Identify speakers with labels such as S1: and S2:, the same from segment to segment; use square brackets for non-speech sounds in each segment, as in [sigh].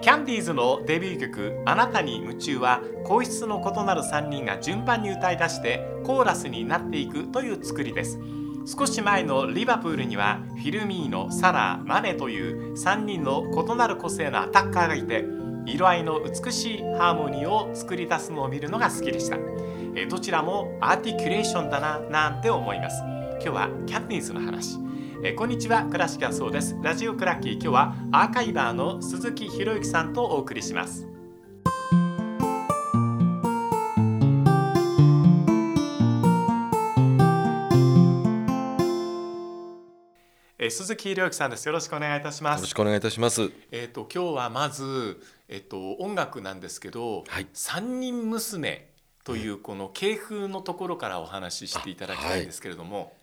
S1: キャンディーズのデビュー曲「あなたに夢中は」皇室の異なる3人が順番に歌い出してコーラスになっていくという作りです少し前のリバプールにはフィルミーノサラーマネという3人の異なる個性のアタッカーがいて色合いの美しいハーモニーを作り出すのを見るのが好きでしたえどちらもアーティキュレーションだななんて思います今日はキャンディーズの話えこんにちは倉敷そうですラジオクラッキー今日はアーカイバーの鈴木博之さんとお送りしますえ鈴木博之さんですよろしくお願いいたしま
S2: よろ
S1: す
S2: しくお願いいたします。
S1: えー、と今日はまず、えっと音楽なんですけど「
S2: はい
S1: 三人娘」というこの系風のところからお話ししていただきたいんですけれども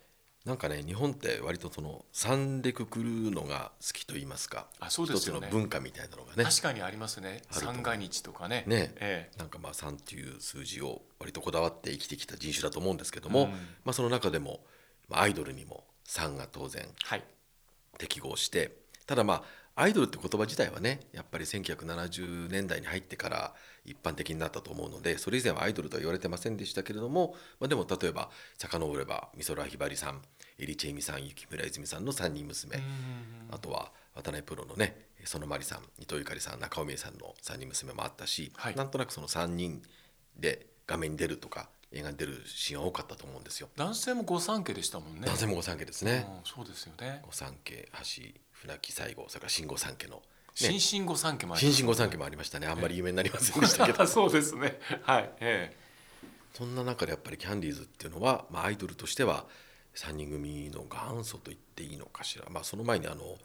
S2: なんかね、日本って割とその三でくくるのが好きと言いますか。
S1: あそうですよね
S2: 一つの文化みたいなのがね。
S1: 確かにありますね
S2: あると思う
S1: 三が日とかね。
S2: ね
S1: ええ
S2: なんかまあ三っていう数字を割とこだわって生きてきた人種だと思うんですけども、
S1: うん
S2: まあその中でもまあアイドルにも三が当然
S1: はい
S2: 適合して、ただまあアイドルって言葉自体はね、やっぱり1970年代に入ってから一般的になったと思うので、それ以前はアイドルとは言われてませんでしたけれども、まあでも例えば遡れば美空ひばりさん、エリチェイミさん、雪村泉さんの三人娘。
S1: うん
S2: あとは渡辺プロのね園まりさん伊藤ゆかりさん中尾美恵さんの3人娘もあったし、
S1: はい
S2: なんとなくその3人で画面に出るとか映画に出るシーンは多かったと思うんですよ。
S1: 男性も御三家でしたもんね。
S2: 男性も御三家ですね。
S1: うんそうですよね。
S2: 御三家橋船木西郷それから新御三家の、ね、
S1: 新進御三家もあり
S2: 新
S1: ます
S2: 進御三家もありましたねあんまり有名になりませんでした
S1: [laughs]
S2: けど
S1: そうですね。はい。え
S2: そんな中でやっぱりキャンディーズっていうのは、まあ、アイドルとしては3人組の元祖と言っていいのかしら、まあ、その前にあの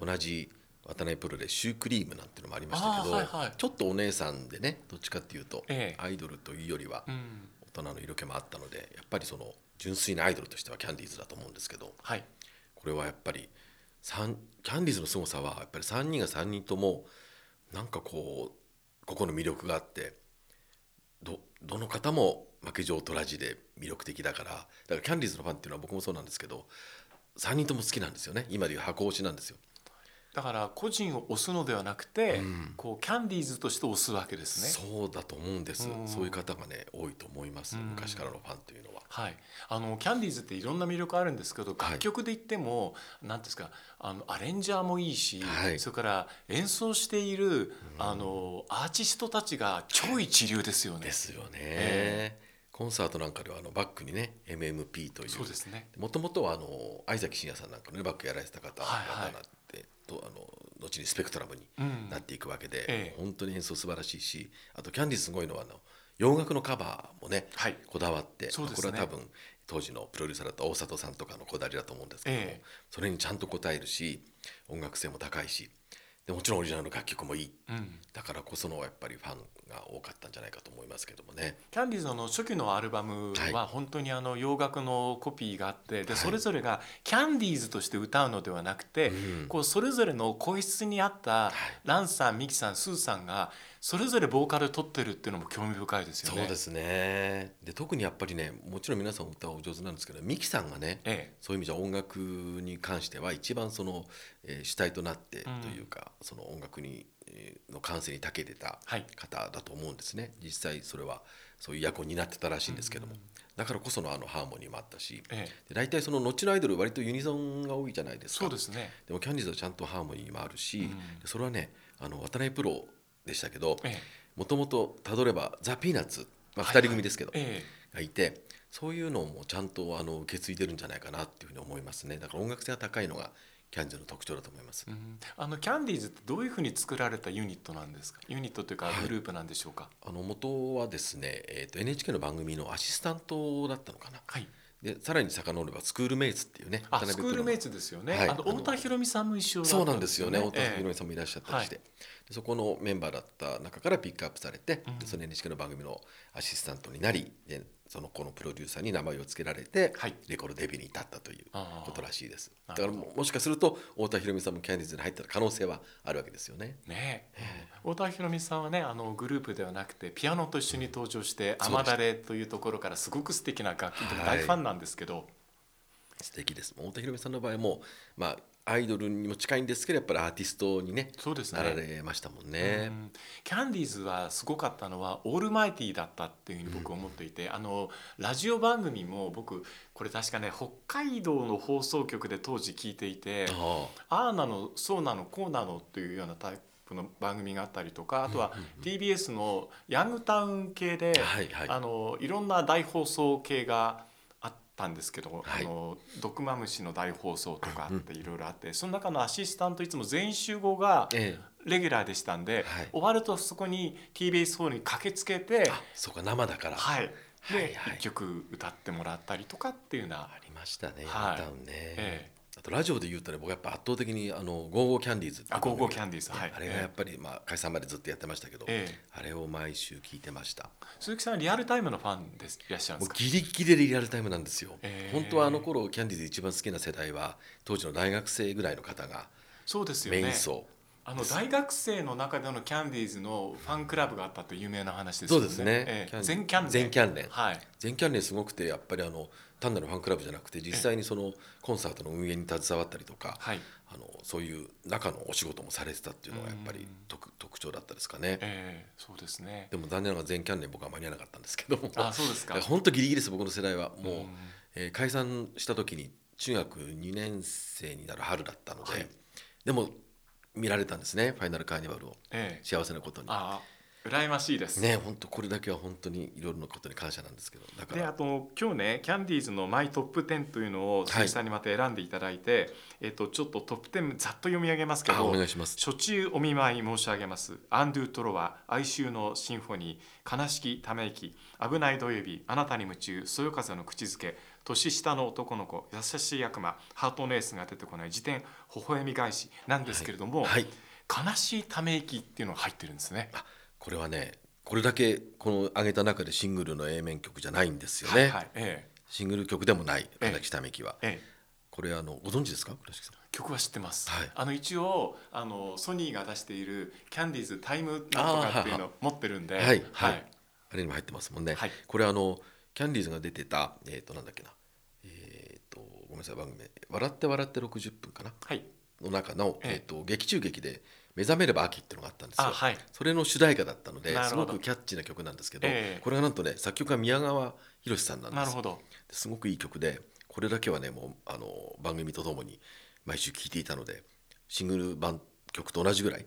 S2: 同じ渡辺プロでシュークリームなんていうのもありましたけど、
S1: あーはいはい
S2: ちょっとお姉さんでねどっちかっていうと、
S1: ええ
S2: アイドルというよりは
S1: えうん。
S2: 大人の色気もあったのでやっぱりその純粋なアイドルとしてはキャンディーズだと思うんですけど
S1: はい。
S2: これはやっぱり三キャンディーズの凄さはやっぱり3人が3人ともなんかこうここの魅力があってどどの方も負け上とらじで魅力的だからだからキャンディーズのファンっていうのは僕もそうなんですけど3人とも好きなんですよね今でいう箱推しなんですよ。
S1: だから個人を押すのではなくて、
S2: うん
S1: こうキャンディーズとして押すわけですね。
S2: そうだと思うんです、
S1: うん
S2: そういう方がね多いと思います、
S1: うん
S2: 昔からのファンというのは。
S1: はい、あのキャンディーズっていろんな魅力あるんですけど
S2: はい
S1: 楽曲で言っても何、なんていうんですかあのアレンジャーもいいし、
S2: はい
S1: それから演奏している、あのアーティストたちが超一流ですよね。
S2: ですよね、
S1: え
S2: コンサートなんかではあのバックにね MMP という
S1: そうですね
S2: もともとはあの相崎真也さんなんかのねバックやられてた方
S1: はいはい
S2: 方なんでとあの後にスペクトラムに
S1: うん
S2: なっていくわけで、
S1: ええ
S2: 本当に演奏素晴らしいしあとキャンディーズすごいのはあの洋楽のカバーもね、
S1: はい
S2: こだわって、
S1: そうです
S2: こ
S1: ね
S2: れは多分当時のプロデューサーだった大里さんとかのこだわりだと思うんですけども、
S1: ええ
S2: それにちゃんと応えるし音楽性も高いしでもちろんオリジナルの楽曲もいい
S1: うん、
S2: だからこそのやっぱりファンが多かったんじゃないかと思いますけどもね。
S1: キャンディーズの初期のアルバム
S2: は
S1: は本当にあの洋楽のコピーがあってで
S2: はい
S1: それぞれがキャンディーズとして歌うのではなくて、
S2: うん
S1: こうそれぞれの声質に合ったランさんミキさんスーさんがそれぞれボーカル取ってるっていうのも興味深いですよね。
S2: そうですねで特にやっぱりねもちろん皆さん歌はお上手なんですけどミキさんがね
S1: ええ
S2: そういう意味じゃ音楽に関しては一番その、えー主体となって
S1: うん
S2: というか、その音楽に、えーの感性に長けてた
S1: はい
S2: 方だと思うんですね、実際それはそういう役を担ってたらしいんですけども、だからこそのあのハーモニーもあったし、
S1: ええ
S2: で大体その後のアイドル割とユニゾンが多いじゃないですか
S1: そうですね。
S2: でもキャンディーズはちゃんとハーモニーもあるし、
S1: うん
S2: それはねあの渡辺プロでしたけど
S1: ええ
S2: もともとたどればザ・ピーナッツ、まあ、
S1: はいは
S2: 2
S1: い
S2: 人組ですけど、
S1: え
S2: がいてそういうのもちゃんとあの受け継いでるんじゃないかなっていうふうに思いますねだから音楽性が高いのがキャンディーズの特徴だと思います
S1: え、うんあのキャンディーズってどういうふうに作られたユニットなんですか。ユニットというか
S2: はい
S1: グループなんでしょうか。
S2: あの元はですね、えー、と NHK の番組のアシスタントだったのかな
S1: はい。
S2: でさらに遡ればスクールメイツっていうね
S1: あ、
S2: 渡
S1: ス
S2: 辺
S1: ク
S2: プロの
S1: ールメイツですよね。
S2: はい
S1: あの
S2: あの
S1: 太田博美さんも一緒だった
S2: そうなんですよね太田博
S1: え
S2: 美さんもいらっしゃったりして、でそこのメンバーだった中からピックアップされて、
S1: うん
S2: でその NHK の番組のアシスタントになりでその子のプロデューサーに名前を付けられて、
S1: はい
S2: レコードデビューに至ったという
S1: あー
S2: ことらしいです
S1: な
S2: だ
S1: る
S2: か
S1: ほ
S2: ら
S1: ど
S2: ももしかすると太田博美さんもキャンディーズに入った可能性はあるわけですよね。
S1: えねえ太田博美さんはねあのグループではなくてピアノと一緒に登場して「
S2: そうでし
S1: 雨
S2: た
S1: だれ」というところからすごく素敵な楽器で
S2: は
S1: 大
S2: い
S1: ファンなんですけど、
S2: 素敵です太田裕美さんの場合も、まあ、アイドルにも近いんですけどやっぱりアーティストにね
S1: そうですね
S2: なられましたもん
S1: う
S2: ね。
S1: んキャンディーズはすごかったのはオールマイティーだったっていうふうに僕思っていて、あのラジオ番組も僕これ確かね北海道の放送局で当時聞いていて
S2: ああ
S1: ああなのそうなのこうなのっていうようなタイプの番組があったりとかあとは TBS のヤングタウン系で、
S2: はいはい
S1: あのいろんな大放送系があったんですけど、
S2: はい
S1: あの毒マムシの大放送とかっていろいろあって、その中のアシスタントいつも全員集合が
S2: え
S1: レギュラーでしたんで、
S2: はい
S1: 終わるとそこに TBS ホールに駆けつけて
S2: え、あそうか生だから、
S1: はい、で、
S2: はいはい
S1: 一曲歌ってもらったりとかっていうような
S2: ありましたね、
S1: はい
S2: ダウンね、
S1: え
S2: あとラジオで言うとね僕やっぱ圧倒的にあの「ゴーゴーキャンディーズ」
S1: あゴーゴーキャ
S2: ン
S1: ンディーズ、はい、
S2: あれがやっぱり、まあ、解散までずっとやってましたけど、
S1: ええ
S2: あれを毎週聞いてました
S1: 鈴木さんはリアルタイムのファンですいらっしゃるんで
S2: もう
S1: すか
S2: ギリギリでリアルタイムなんですよ、
S1: ええ
S2: 本当はあの頃キャンディーズ一番好きな世代は当時の大学生ぐらいの方が
S1: そうですよ
S2: メイ
S1: ね
S2: ン層、
S1: あの大学生の中でのキャンディーズのファンクラブがあったという有名な話ですよ
S2: そう
S1: ね
S2: ですね、
S1: ええ
S2: キャン
S1: 全キャンディー
S2: 全キャンデン
S1: はい
S2: 全キャンデンすごくてやっぱりあの単なるファンクラブじゃなくて実際にそのコンサートの運営に携わったりとか、
S1: はい
S2: あのそういう中のお仕事もされてたっていうのがやっぱ
S1: うん
S2: り特特徴だったですかね。
S1: ええそうですね
S2: でも残念ながら全キャンデン僕は間に合わなかったんですけども
S1: あそうですか
S2: 本当ギリギリです僕の世代はもう、
S1: うん
S2: えー解散した時に中学2年生になる春だったので、
S1: はい
S2: でも見られたんですねファイナルカーニバルを
S1: ええ
S2: 幸せなことに。
S1: ああ羨ましいです
S2: ね本当これだけは本当にいろいろなことに感謝なんですけどだか
S1: で
S2: ら
S1: あと今日ねキャンディーズのマイトップ10というのを鈴木さんにまた選んでいただいて、えっとちょっとトップ10ざっと読み上げますけ
S2: あお
S1: ど
S2: 願いします。
S1: 初中お見舞い申し上げますアンドゥトロワ哀愁のシンフォニー悲しきため息危ない土曜日あなたに夢中そよ風の口づけ年下の男の子優しい悪魔ハートのエースが出てこない辞典微笑み返しなんですけれども、
S2: はい
S1: 悲しいため息っていうのが入ってるんですね。
S2: あこれはねこれだけこの上げた中でシングルの A 面曲じゃないんですよね、
S1: はいはいええ
S2: シングル曲でもない
S1: ええ
S2: 荒木ためきは、
S1: ええ
S2: これあのご存知ですか倉敷さん
S1: 曲は知ってます、
S2: はい
S1: あの一応あのソニーが出しているキャンディーズタイム
S2: あー
S1: なん
S2: は
S1: と
S2: い
S1: か
S2: はい
S1: っていうのを持ってるんで、
S2: はいはいあれにも入ってますもんね、
S1: はい
S2: これあのキャンディーズが出てたえっ、となんだっけなえっ、とごめんなさい番組「笑って笑って60分」かな
S1: はい
S2: の中の、
S1: ええ
S2: えー、と劇中劇で「目覚めれば秋」っていうのがあったんですよ、
S1: あはい
S2: それの主題歌だったので
S1: なる
S2: す
S1: ほど
S2: ごくキャッチーな曲なんですけど、
S1: ええ
S2: これがなんとね作曲が宮川博さんなんです
S1: なるほど
S2: すごくいい曲でこれだけはねもうあの番組とともに毎週聴いていたのでシングル版曲と同じぐらい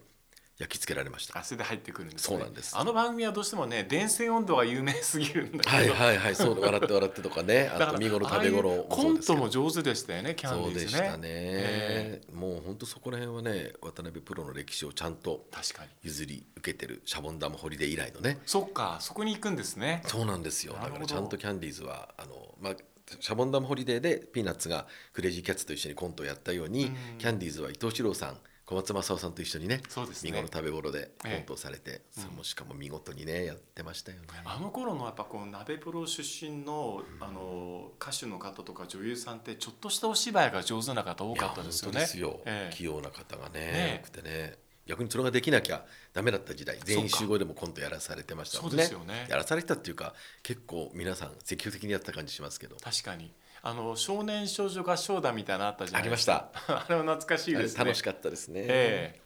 S2: 焼き付けられました。
S1: 汗で入ってくるんです、ね、
S2: そうなんです
S1: あの番組はどうしてもね電線温度が有名すぎるんだけど、 [laughs]
S2: はいはいはいそう笑って笑ってとかね
S1: だ
S2: あ
S1: から
S2: と見頃食べ頃
S1: ああいう
S2: も
S1: コ
S2: そう
S1: ン
S2: です
S1: ト
S2: けど
S1: も上手でしたよねキャンデ
S2: そう
S1: ィー
S2: でし
S1: ズね
S2: たね、
S1: え
S2: もう本当そこら辺はね渡辺プロの歴史をちゃんと
S1: え確かに
S2: 譲り受けてるシャボン玉ホリデー以来のね
S1: そっかそこに行くんですね
S2: そうなんですよ
S1: なる
S2: だ
S1: ほ
S2: か
S1: ど
S2: らちゃんとキャンディーズはあの、まあ、シャボン玉ホリデーでピーナッツがクレイジーキャッツと一緒にコントをやったように、
S1: うん
S2: キャンディーズは伊藤四郎さん小松政夫さんと一緒にね
S1: そうです
S2: 見
S1: ね
S2: 頃食べ頃でコ
S1: ええ
S2: ントをされて、それもしかも見事にねやってましたよね。
S1: あの頃のやっぱこう鍋プロ出身のあの歌手の方とか女優さんってちょっとしたお芝居が上手な方多かったですよ
S2: い
S1: ね
S2: や本当ですよ、
S1: ええ
S2: 器用な方がね
S1: ね
S2: 多くてね逆にそれができなきゃダメだった時代全員
S1: そうか
S2: 集合でもコントやらされてましたもん
S1: そうで
S2: ね
S1: すよね
S2: やらされてたっていうか結構皆さん積極的にやった感じしますけど
S1: 確かにあの少年少女合唱団みたいなのあったじゃな
S2: あ
S1: い
S2: り
S1: で
S2: ますし
S1: か [laughs] あ
S2: た
S1: れは懐かしい
S2: あ
S1: で
S2: れ
S1: すね
S2: 楽しかったですね、
S1: え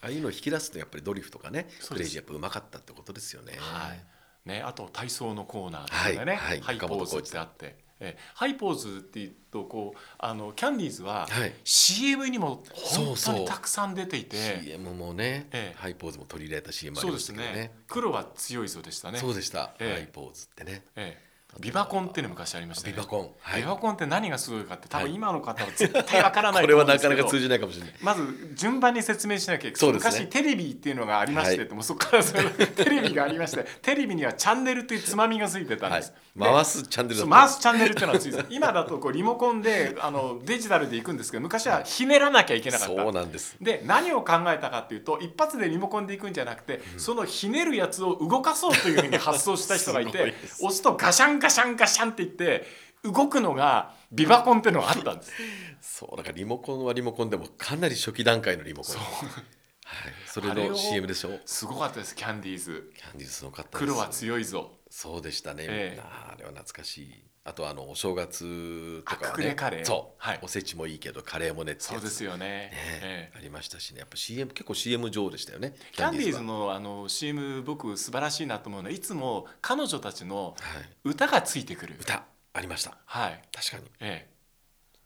S2: ああいうのを引き出すとやっぱりドリフとかね
S1: そう
S2: ク
S1: で
S2: レイ
S1: す
S2: ジーやっぱうまかったってことですよね、
S1: えはいね、あと体操のコーナーとかね、
S2: はいはい
S1: ハイポーズってあって、ええハイポーズっていうとこうあのキャンディーズは
S2: はい
S1: CM にも本当
S2: そうそ
S1: に
S2: う
S1: たくさん出ていて
S2: CM もね、
S1: ええ
S2: ハイポーズも取り入れた CM あ
S1: そ
S2: り
S1: う
S2: ま
S1: で
S2: し
S1: す
S2: たけど
S1: ね
S2: ね
S1: 黒は強いぞでしたね
S2: そうでした、
S1: ええ
S2: ハイポーズってね
S1: ええビバコンっていうの昔ありましたね
S2: ビバコン、はい、
S1: ビバコンって何がすごいかって多分
S2: はい
S1: 今の方は絶対わからな
S2: [laughs] こ
S1: い
S2: れ
S1: と思
S2: は
S1: うんですけ
S2: なか
S1: ど
S2: なか通じないかもしれない
S1: まず順番に説明しなきゃいけな
S2: そ
S1: い、
S2: うですね
S1: 昔テレビっていうのがありまして、
S2: は
S1: もうそこからそのテレビがありまして [laughs] テレビにはチャンネルというつまみがついてたん
S2: は
S1: で
S2: い
S1: す、、
S2: 回すチャンネル
S1: そ
S2: だ
S1: う
S2: った
S1: 回すチャンネルっていうのはついてた今だとこうリモコンであのデジタルで行くんですけど昔はひねらなきゃいけなかった
S2: そうなんです
S1: で何を考えたかっていうと一発でリモコンでいくんじゃなくて、そのひねるやつを動かそうというふうに発想した人がい
S2: [laughs] すごい
S1: て
S2: です
S1: 押すとガシャンガシャンガシャンっていって動くのがビバコンっていうのがあったんです。
S2: そうだからリモコンはリモコンでもかなり初期段階のリモコン
S1: そう
S2: はい、そ
S1: あれ
S2: れ
S1: を
S2: の CM でしょ
S1: すごかったですキャンディーズ
S2: キャンディーズすごかったです
S1: 黒は強いぞ
S2: そうでしたね、
S1: ええ
S2: あーあれは懐かしいあとあのお正月とか
S1: あ
S2: は
S1: くくれ
S2: ね
S1: カレー
S2: そう、
S1: はい
S2: おせちもいいけどカレーもねって
S1: そう
S2: やつ
S1: ですよね
S2: ね、
S1: ええ
S2: ありましたしねやっぱ CM 結構 CM 上でしたよね
S1: キャンディー
S2: は
S1: ズのあの CM 僕素晴らしいなと思うのはいつも彼女たちの
S2: はい、
S1: 歌がついてくる
S2: 歌ありました
S1: はい
S2: 確かに
S1: え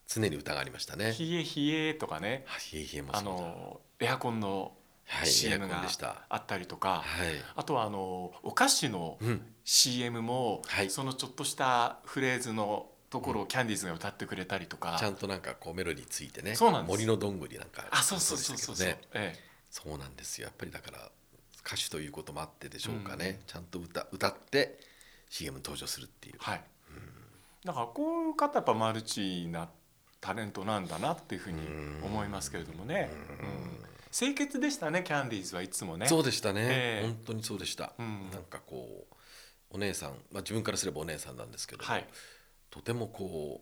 S2: 常に歌がありました
S1: え
S2: ね
S1: ひえひえとかね
S2: はい冷え冷えもそ
S1: あ
S2: うだ
S1: のエアコンの
S2: はい
S1: CM
S2: エアコン
S1: が
S2: でした
S1: あったりとか
S2: はい
S1: あとはあのお菓子の
S2: うん
S1: CM も
S2: はい
S1: そのちょっとしたフレーズのところをキャンディーズが歌ってくれたりとか
S2: ちゃんとなんかこうメロディーついてね
S1: そうなんです
S2: 森のどんぐりなんか
S1: あそうそうそうそう
S2: でし
S1: そ
S2: た
S1: う
S2: けどね
S1: え
S2: そうなんですよやっぱりだから歌手ということもあってでしょうかね、ちゃんと歌歌って CM に登場するっていう
S1: え、はいだからこういう方やっぱマルチなタレントなんだなっていうふうに思いますけれどもね
S2: うん
S1: うん清潔でしたねキャンディーズはいつもね
S2: そうでしたね、
S1: ええ
S2: 本当にそうでした、
S1: うん
S2: なんかこうお姉さん、まあ、自分からすればお姉さんなんですけど、
S1: はい
S2: とてもこ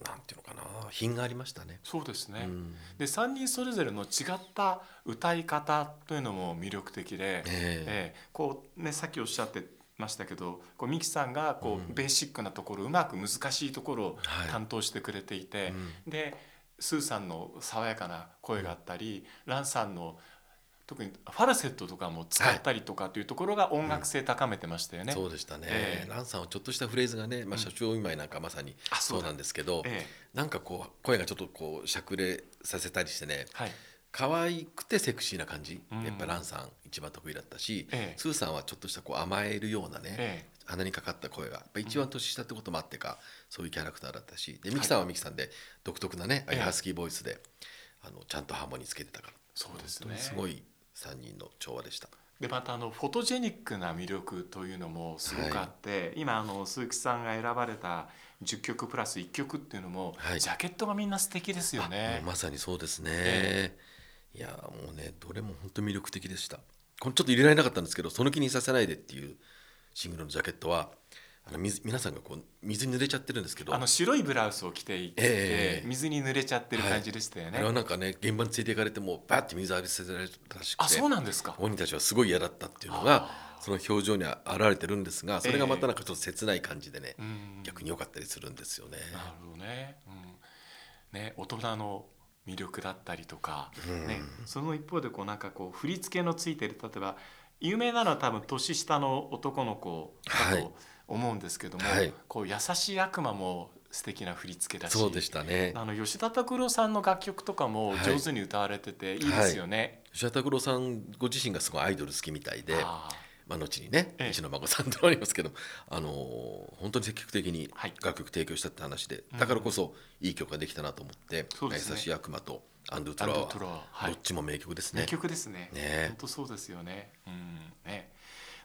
S2: うなんていうのかな品がありましたね
S1: そうですね、
S2: うん
S1: で3人それぞれの違った歌い方というのも魅力的で、え
S2: ええ
S1: えこうね、さっきおっしゃってましたけどこうミキさんがこう、
S2: うん
S1: ベーシックなところうまく難しいところを
S2: はい
S1: 担当してくれていて、
S2: うん
S1: でスーさんの爽やかな声があったり、ランさんの特にファルセットとかも使ったりとかというところが音楽性高めてましたよね。
S2: そうでしたね、
S1: ええ
S2: ランさんはちょっとしたフレーズがね、まあ、社長見舞いなんかまさに
S1: あ
S2: そうな
S1: だ
S2: んですけど、
S1: え
S2: なんかこう声がちょっとこうしゃくれさせたりして
S1: え
S2: ね
S1: はい
S2: 可愛くてセクシーな感じ、
S1: うん
S2: やっぱランさん一番得意だったし、
S1: ええ
S2: スーさんはちょっとしたこう甘えるようなね、
S1: え
S2: 鼻にかかった声がやっぱ一番年下ってこともあってか、そういうキャラクターだったしでミキさんはミキさんで独特なね、
S1: ええ
S2: ハスキーボイスであのちゃんとハーモニーつけてたから
S1: そうですね
S2: 本当にすごい3人の調和でした。
S1: でまたあのフォトジェニックな魅力というのもすごくあって、今あの鈴木さんが選ばれた10曲プラス1曲っていうのも、
S2: はい
S1: ジャケットがみんな素敵ですよ
S2: あも
S1: ね
S2: う。まさにそうですね、
S1: え
S2: いやもうねどれも本当に魅力的でしたこれちょっと入れられなかったんですけど「その気にさせないで」っていうシングルのジャケットはあの水皆さんがこう水に濡れちゃってるんですけど
S1: あの白いブラウスを着ていて、
S2: ええ
S1: 水に濡れちゃってる感じでしたよね。
S2: あれはなんかね現場に連れていかれてもバーって水浴びせられたらしくて
S1: あそうなんですか。
S2: 本人たちはすごい嫌だったっていうのがその表情にあ表れてるんですがそれがまたなんかちょっと切ない感じでね、
S1: うん
S2: 逆に良かったりするんですよね。
S1: なるほどね。うん、ね大人の魅力だったりとか、ね、その一方でこうなんかこう振り付けのついてる例えば有名なのは多分年下の男の子だ
S2: はい
S1: と思うんですけども、
S2: はい
S1: こう優しい悪魔も素敵な振り付けだし
S2: そうでしたね
S1: あの吉田拓郎さんの楽曲とかも上手に歌われてていいですよね。
S2: 吉田拓郎さんご自身がすごいアイドル好きみたいで、
S1: あ
S2: まあ、後にね
S1: ええ
S2: 石野孫さんとなりますけど、あのー本当に積極的に
S1: はい
S2: 楽曲提供したって話で、
S1: うん
S2: だからこそいい曲ができたなと思って「
S1: そうですね
S2: 優しい悪魔」と「アンドゥ
S1: ー
S2: ト
S1: アン
S2: ラ
S1: ド
S2: は」
S1: トロワは
S2: ど
S1: い
S2: っちも名曲ですね
S1: 名。曲ですね。
S2: ね
S1: 本当そうですよね。うん、ね。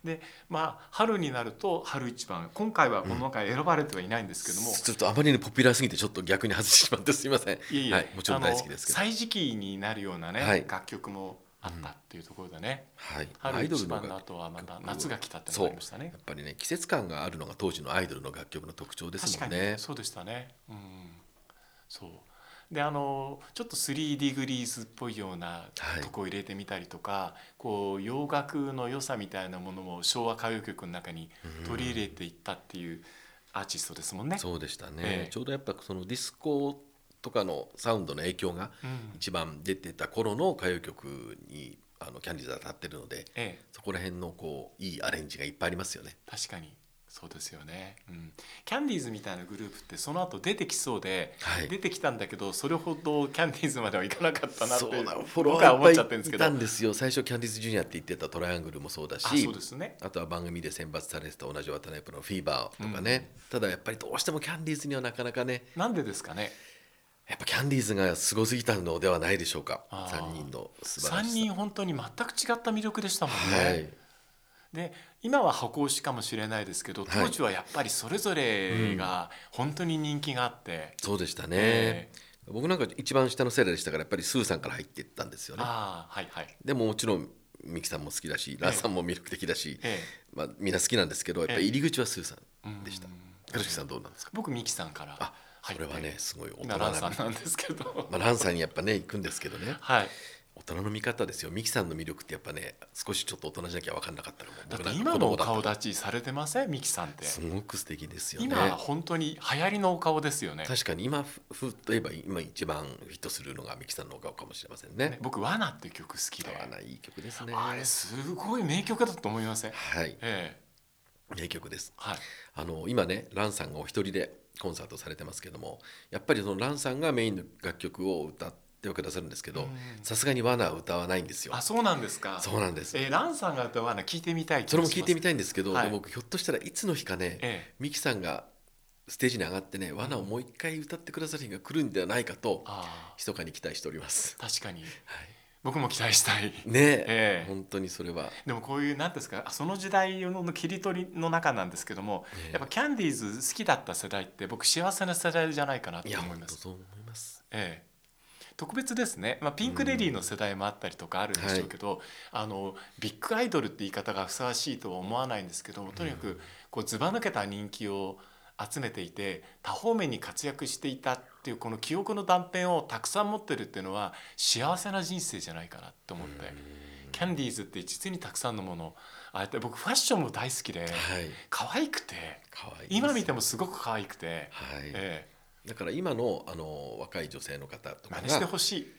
S1: で、まあ、春になると、春一番、今回はこの中に選ばれてはいないんですけども。
S2: ちょっとあまりにポピュラーすぎてちょっと逆に外してしまってすいません。
S1: いえいえ、
S2: はい、もちろん大好きですけど
S1: あ。の歳時期になるようなね、
S2: はい
S1: 楽曲もあったっていうところでね。
S2: はい、
S1: 春一番
S2: 楽
S1: の
S2: 曲
S1: 後は、また
S2: 曲
S1: 夏が来たってのがありましたね
S2: や。っぱりね季節感があるのが当時のアイドルの楽曲の特徴です
S1: 確か
S2: もん
S1: に、
S2: ね。
S1: そうでしたね。うん。そう。であのちょっと3 d グリーズっぽいような
S2: はい
S1: とこを入れてみたりとか、こう洋楽の良さみたいなものも昭和歌謡曲の中に
S2: うん
S1: 取り入れていったっていうアーティストですもんね。
S2: そうでしたね、
S1: ええ
S2: ちょうどやっぱそのディスコとかのサウンドの影響が
S1: うん
S2: 一番出てた頃の歌謡曲にあのキャンディーズが立ってるので
S1: ええ、
S2: そこら辺のこういいアレンジがいっぱいありますよね。
S1: 確かにそうですよね、うん。キャンディーズみたいなグループってその後出てきそうで、
S2: はい
S1: 出てきたんだけどそれほどキャンディーズまではいかなかったなって
S2: そうなのフォロ
S1: 僕は
S2: ワー
S1: 思っ
S2: いっ
S1: ちゃ
S2: ぱ
S1: ってるんです
S2: い
S1: け
S2: い
S1: ど。
S2: た
S1: あ
S2: んですよ最初キャンディーズジュニアって言ってたトライアングルもそうだし
S1: そうですね。
S2: あとは番組で選抜されてた同じ渡辺プロのフィーバーとかね、ただやっぱりどうしてもキャンディーズにはなかなかね
S1: なんでですかね。
S2: やっぱキャンディーズがすごすぎたのではないでしょうか
S1: あー
S2: 3人の素晴ら
S1: 3
S2: しさ。
S1: 人本当に全く違った魅力でしたもんね、
S2: はい
S1: で今は箱推しかもしれないですけど
S2: はい
S1: 当時はやっぱりそれぞれが本当に人気があって、
S2: そうでしたね、
S1: え
S2: 僕なんか一番下の世代でしたからやっぱりスーさんから入っていったんですよね
S1: ああはいはい
S2: でももちろんミキさんも好きだしランさんも魅力的だし、
S1: え
S2: まあ、みんな好きなんですけどやっぱり入り口はスーさ
S1: えうん
S2: んでした黒木さんどうなんですか
S1: 僕ミキさんから
S2: あ
S1: 入っ
S2: こ
S1: て
S2: れはねすごい大人
S1: 今
S2: な
S1: ランさんなんですけど、
S2: まあ、ランさんにやっぱね行くんですけど
S1: [laughs]
S2: ね
S1: はい
S2: 大大人の見方ですよミキさんの魅力ってやっぱね少しちょっと大人じゃなきゃ分かんなかったかも
S1: だっ
S2: 僕
S1: て
S2: なんか
S1: 今
S2: 子
S1: のお
S2: 供だったら
S1: 顔立ちされてませんミキさんって
S2: すごく素敵ですよね
S1: 今本当に流行りのお顔ですよね
S2: 確かに今ふふっと言えば今一番フィットするのがミキさんのお顔かもしれません
S1: ね
S2: ね。
S1: 僕「罠」っていう曲好きで
S2: 合わないいい曲ですね。
S1: あれすごい名曲だと思いません
S2: はい、
S1: ええ
S2: 名曲です。
S1: はい
S2: あの今ねランさんがお一人でコンサートされてますけども、やっぱりそのランさんがメインの楽曲を歌ってはくださるんですけ
S1: う
S2: ど
S1: ん、
S2: さすがにワナは歌わないんですよ
S1: あ。そうなんですか
S2: そうなんです。
S1: えーランさんが歌う「罠」聞いてみたい
S2: それも聞いてみ
S1: たい
S2: たいんですけど、
S1: はい
S2: でも僕ひょっとしたらいつの日かね、
S1: ええ
S2: ミキさんがステージに上がってね、ワナをもう一回歌ってくださる日が来るんではないかと
S1: あ
S2: 密かに期待しております
S1: あ。確かに
S2: はい。
S1: 僕も期待したい
S2: ねえ、
S1: ええ
S2: 本当にそれは、
S1: でもこういう何ですかその時代の切り取りの中なんですけども
S2: ね
S1: やっぱキャンディーズ好きだった世代って僕幸せな世代じゃないかなと
S2: いや
S1: 思い
S2: 本
S1: ま
S2: 当
S1: す
S2: そう思います。
S1: ええ、特別ですね、まあ、ピンク・レディーの世代もあったりとかあるんでしょうけど、あのビッグアイドルって言い方がふさわしいとは思わないんですけどとにかくこうずば抜けた人気を集めていて多方面に活躍していたっていうこの記憶の断片をたくさん持ってるっていうのは幸せな人生じゃないかなと思って、キャンディーズって実にたくさんのものああやって僕ファッションも大好きで
S2: はい、
S1: 可愛くて
S2: 可愛いです
S1: 今見てもすごく可愛くて、
S2: はい、
S1: え
S2: だから今のあの若い女性の方と
S1: え、
S2: か
S1: 真似して
S2: が
S1: ほしい。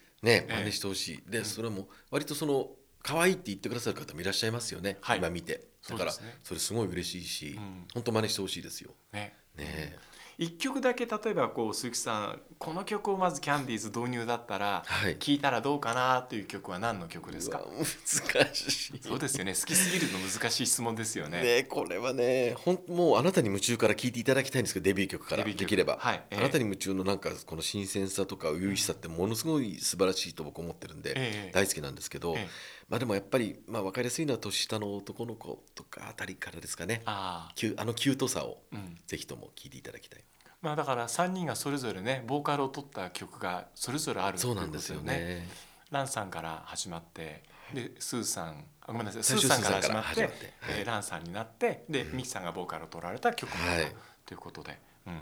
S1: え
S2: ね
S1: え
S2: 真似してほしい。で、
S1: うん
S2: それも割とその可愛いって言ってくださる方もいらっしゃいますよね。
S1: はい
S2: 今見て、だから
S1: そうですね
S2: それすごい嬉しいし、
S1: うん
S2: 本当真似してほしいですよ。
S1: ね
S2: ねえ、
S1: 一曲だけ例えばこう鈴木さんこの曲をまずキャンディーズ導入だったら
S2: はい。
S1: 聴いたらどうかなという曲は何の曲ですか
S2: うわ難しい。
S1: そうですよね好きすぎるの難しい質問ですよね
S2: ねえこれはねほんもうあなたに夢中から聴いていただきたいんですけどデビュー曲か
S1: デ
S2: ら
S1: ビュー曲
S2: できれば、
S1: はいええ
S2: あなたに夢中のなんかこの新鮮さとか初々しさってものすごい素晴らしいと僕思ってるんで、
S1: ええ
S2: 大好きなんですけど、
S1: ええ
S2: まあ、でもやっぱり、まあ、分かりやすいのは年下の男の子とかあたりからですかね
S1: あ
S2: キュあのキュートさを
S1: あうん
S2: ぜひとも聴いていただきたい、
S1: まあだから3人がそれぞれねボーカルを取った曲がそれぞれある
S2: そうなんですよ
S1: ということで
S2: ね
S1: ランさんから始まってでスーさんあごめんなさいス
S2: 最
S1: ー
S2: 初
S1: さんから始まって
S2: スーさんから始まってはい
S1: えーランさんになってでミキさんがボーカルを取られた曲になっ
S2: は
S1: た
S2: い
S1: ということでうん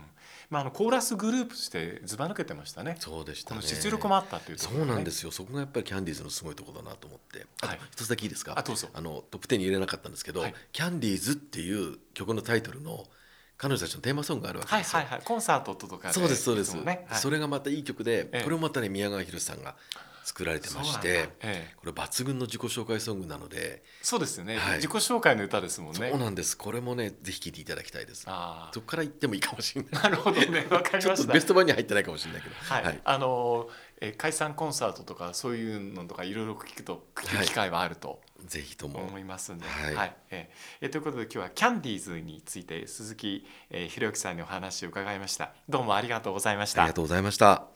S1: まああのコーラスグループとしてずば抜けてましたね
S2: そうでした
S1: こ
S2: ね
S1: の実力もあったというとこ
S2: そ
S1: ろ
S2: うなん
S1: ね
S2: ですよそこがやっぱりキャンディーズのすごいところだなと思ってあ
S1: はい
S2: と一つだけいいですか、
S1: あどうぞ
S2: あのトップ10に入れなかったんですけど「
S1: はい
S2: キャンディーズ」っていう曲のタイトルの彼女たちのテーマソングがあるわけ
S1: はい
S2: ですよ。
S1: はいはいコンサートとか
S2: そうですそうです、
S1: いつもねはい
S2: それがまたいい曲で、
S1: ええ
S2: これもまたね宮川博さんが作られてま
S1: そ
S2: し
S1: うな
S2: て
S1: んだええ
S2: これ抜群の自己紹介ソングなので、
S1: そうですよね、
S2: はい
S1: 自己紹介の歌ですもんね
S2: そうなんですこれもねぜひ聴いていただきたいです
S1: あ
S2: そこから行ってもいいかもしれな
S1: あなるほどねわか
S2: い
S1: り
S2: ちょ
S1: ま
S2: っと
S1: した
S2: ベスト版には入ってないかもしれないけど、
S1: はい、
S2: はい
S1: あのーえー解散コンサートとかそういうのとかいろいろ聞くと聞
S2: は
S1: く
S2: い
S1: 機会はあると
S2: ぜひとも、
S1: 思いますんで、
S2: はい
S1: えーえーということで今日はキャンディーズについて鈴木、えー、ひろゆきさんにお話を伺いましたどうもありがとうございまし
S2: あ
S1: た
S2: りがとうございました。